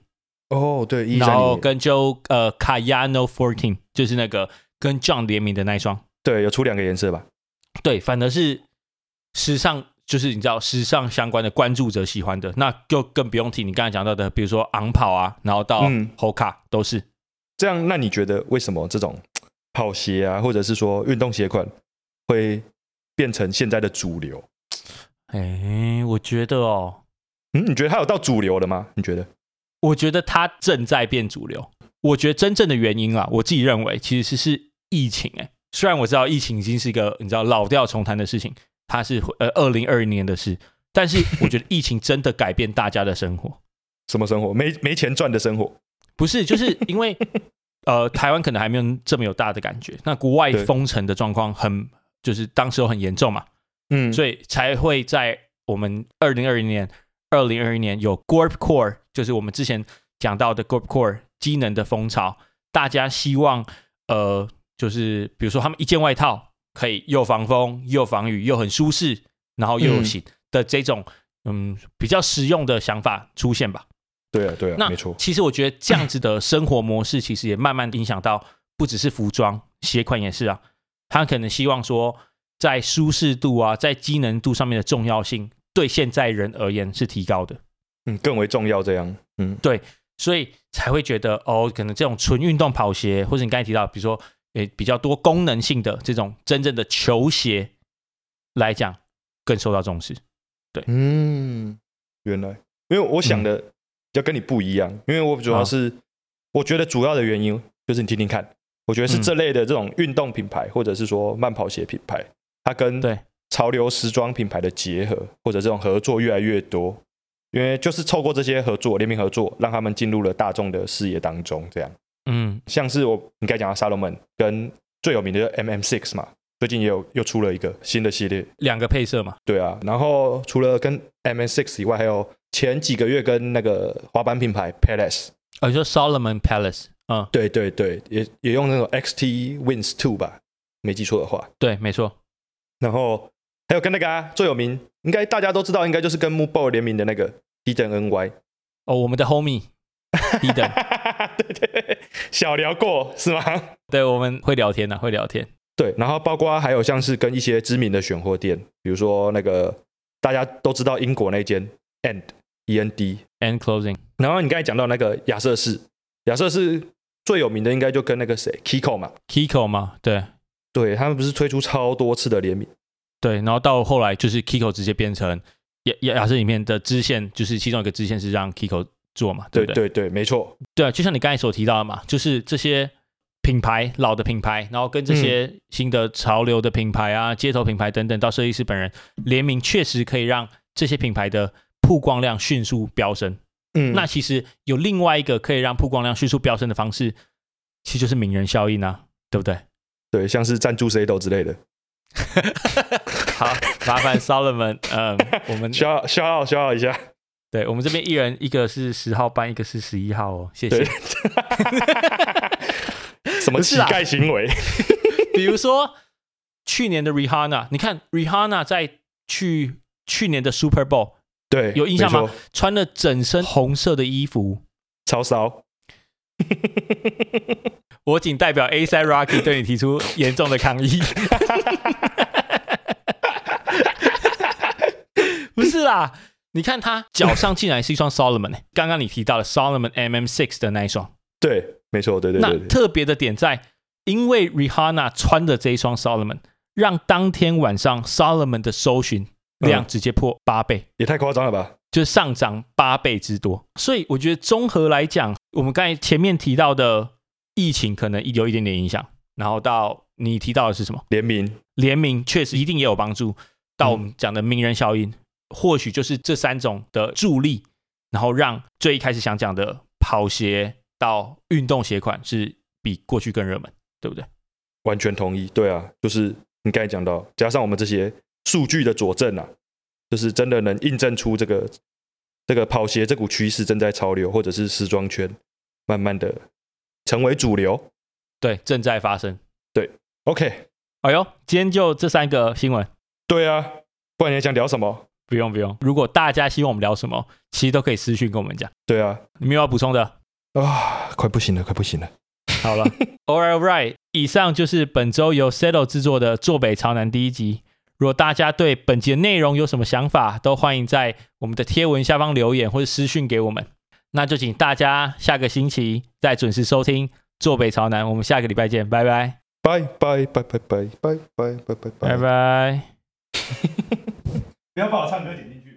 [SPEAKER 2] 哦，对，一
[SPEAKER 4] 然
[SPEAKER 2] 三
[SPEAKER 4] 后
[SPEAKER 2] 年，
[SPEAKER 4] 跟 Joe 呃 Cayano Fourteen，就是那个跟 John 联名的那一双。
[SPEAKER 2] 对，有出两个颜色吧？
[SPEAKER 4] 对，反而是时尚，就是你知道时尚相关的关注者喜欢的，那就更不用提你刚才讲到的，比如说昂跑啊，然后到
[SPEAKER 2] 嗯
[SPEAKER 4] Hoka 都是。
[SPEAKER 2] 这样，那你觉得为什么这种跑鞋啊，或者是说运动鞋款会变成现在的主流？
[SPEAKER 4] 哎、我觉得哦，
[SPEAKER 2] 嗯，你觉得它有到主流了吗？你觉得？
[SPEAKER 4] 我觉得它正在变主流。我觉得真正的原因啊，我自己认为其实是疫情、哎，虽然我知道疫情已经是一个你知道老调重弹的事情，它是呃二零二零年的事，但是我觉得疫情真的改变大家的生活。
[SPEAKER 2] 什么生活？没没钱赚的生活？
[SPEAKER 4] 不是，就是因
[SPEAKER 2] [LAUGHS]
[SPEAKER 4] 为呃，台湾可能还没有这么有大的感觉，那国外
[SPEAKER 2] 对
[SPEAKER 4] 封城的状况很，就是当时候很严重嘛，
[SPEAKER 2] 嗯，
[SPEAKER 4] 所以才会在我们二零二零年、二零二一年有 Gorp Core，就是我们之前讲到的 Gorp Core 机能的风潮，大家希望呃，就是比如说他们一件外套可以又防风又防雨又很舒适，然后又有
[SPEAKER 2] 嗯
[SPEAKER 4] 型的这种嗯比较实用的想法出现吧。
[SPEAKER 2] 对啊，对啊，
[SPEAKER 4] 那
[SPEAKER 2] 没错。
[SPEAKER 4] 其实我觉得这样子的生活模式，其实也慢慢影响到不只是服装，鞋款也是啊。他可能希望说，在舒适度啊，在机能度上面的重要性，对现在人而言是提高的，
[SPEAKER 2] 嗯，更为重要这样。嗯，
[SPEAKER 4] 所以才会觉得哦，可能这种纯运动跑鞋，或者你刚才提到，比如说诶比较多功能性的这种真正的球鞋来讲，更受到重视。
[SPEAKER 2] 嗯，原来，因为我
[SPEAKER 4] 嗯
[SPEAKER 2] 想的要跟你不一样，因为我主要是、我觉得主要的原因就是你听听看，我觉得是
[SPEAKER 4] 嗯
[SPEAKER 2] 这类的这种运动品牌或者是说慢跑鞋品牌，它跟
[SPEAKER 4] 对
[SPEAKER 2] 潮流时装品牌的结合或者这种合作越来越多，因为就是透过这些合作联名合作，让他们进入了大众的视野当中。这样，
[SPEAKER 4] 嗯，
[SPEAKER 2] 像是我你刚才讲的沙龙门跟最有名的 MM Six 嘛，最近也有又出了一个新的系列，
[SPEAKER 4] 两个配色嘛，
[SPEAKER 2] 对啊，然后除了跟 M S Six 以外，还有前几个月跟那个滑板品牌 Palace，
[SPEAKER 4] 哦，你说 Solomon Palace，嗯，
[SPEAKER 2] 对对对，也也用那种 X T Wins Two 吧，没记错的话。
[SPEAKER 4] 对，没错，
[SPEAKER 2] 然后还有跟那个啊最有名，应该大家都知道，应该就是跟 m o b o 联名的那个 d 等 N Y，
[SPEAKER 4] 哦，我们的 [LAUGHS] Homie 低等。
[SPEAKER 2] [LAUGHS] 对对对，小聊过是吗？
[SPEAKER 4] 对，我们会聊天的、会聊天。
[SPEAKER 2] 对，然后包括还有像是跟一些知名的选货店，比如说那个大家都知道英国那间 And E N D，
[SPEAKER 4] And closing，
[SPEAKER 2] 然后你刚才讲到那个亚瑟士，亚瑟士最有名的应该就跟那个谁 Kiko 嘛，
[SPEAKER 4] Kiko 嘛，对
[SPEAKER 2] 对他们不是推出超多次的联名，
[SPEAKER 4] 对，然后到后来就是 Kiko 直接变成亚亚亚瑟里面的支线，就是其中一个支线是让 Kiko 做嘛，对
[SPEAKER 2] 对
[SPEAKER 4] 不对？
[SPEAKER 2] 对对，没错，
[SPEAKER 4] 对啊，就像你刚才所提到的嘛，就是这些品牌老的品牌，然后跟这些
[SPEAKER 2] 嗯
[SPEAKER 4] 新的潮流的品牌啊、街头品牌等等，到设计师本人联名，确实可以让这些品牌的曝光量迅速飙升。
[SPEAKER 2] 嗯
[SPEAKER 4] 那其实有另外一个可以让曝光量迅速飙升的方式，其实就是名人效应啊，对不对？
[SPEAKER 2] 对，像是赞助 C 豆之类的，
[SPEAKER 4] 好，麻烦 Solomon，嗯，我们
[SPEAKER 2] 消耗消耗消耗
[SPEAKER 4] [LAUGHS]
[SPEAKER 2] 一下。
[SPEAKER 4] 对我们这边一人一个是十号班，一个是十一号哦，谢谢
[SPEAKER 2] 对。什么
[SPEAKER 4] 不
[SPEAKER 2] 乞
[SPEAKER 4] 是啊
[SPEAKER 2] 丐行为？
[SPEAKER 4] [LAUGHS] 比如说去年的 Rihanna，你看 Rihanna 在去去年的 Super Bowl
[SPEAKER 2] 对，
[SPEAKER 4] 有印象
[SPEAKER 2] 没
[SPEAKER 4] 吗
[SPEAKER 2] 错？？
[SPEAKER 4] 穿了整身红色的衣服。
[SPEAKER 2] 超骚，
[SPEAKER 4] 我仅代表 A s a Rocky 对你提出严重的抗议。 [LAUGHS] 不是啦，你看他脚上竟然是一双 Solomon，、欸、刚刚你提到了 Solomon MM Six 的那一双。
[SPEAKER 2] 对，没错，对对对
[SPEAKER 4] 那
[SPEAKER 2] 对，
[SPEAKER 4] 特别的点在，因为 Rihanna 穿的这一双 Solomon，让当天晚上 Solomon 的搜寻量
[SPEAKER 2] 嗯
[SPEAKER 4] 直接破八倍。
[SPEAKER 2] 也太夸张了吧？
[SPEAKER 4] 就是上涨八倍之多。所以我觉得综合来讲，我们刚才前面提到的疫情可能有一点点影响，然后到你提到的是什么
[SPEAKER 2] 联名，
[SPEAKER 4] 联名，确实一定也有帮助。到我们讲的名人效应，或许就是这三种的助力，然后让最一开始想讲的跑鞋到运动鞋款是比过去更热门，对不对？
[SPEAKER 2] 完全同意。对啊，就是你刚才讲到，加上我们这些数据的佐证啊，就是真的能印证出这个这个跑鞋这股趋势正在潮流，或者是时装圈慢慢的成为主流。
[SPEAKER 4] 对，正在发生。
[SPEAKER 2] OK，
[SPEAKER 4] 哎呦，今天就这三个新闻。
[SPEAKER 2] 对啊，不然你还想聊什么？
[SPEAKER 4] 不用不用，如果大家希望我们聊什么，其实都可以私讯跟我们讲。
[SPEAKER 2] 对啊，
[SPEAKER 4] 你们有要补充的？
[SPEAKER 2] 啊，快不行了，快不行了。
[SPEAKER 4] 好了，All right, right。以上就是本周由 Settle 制作的《坐北朝南》第一集。如果大家对本集的内容有什么想法，都欢迎在我们的贴文下方留言或者私讯给我们。那就请大家下个星期再准时收听《坐北朝南》，我们下个礼拜见，拜拜，
[SPEAKER 2] 拜拜拜拜拜拜拜拜拜拜
[SPEAKER 4] 拜拜。
[SPEAKER 2] 不要把我唱歌剪进去。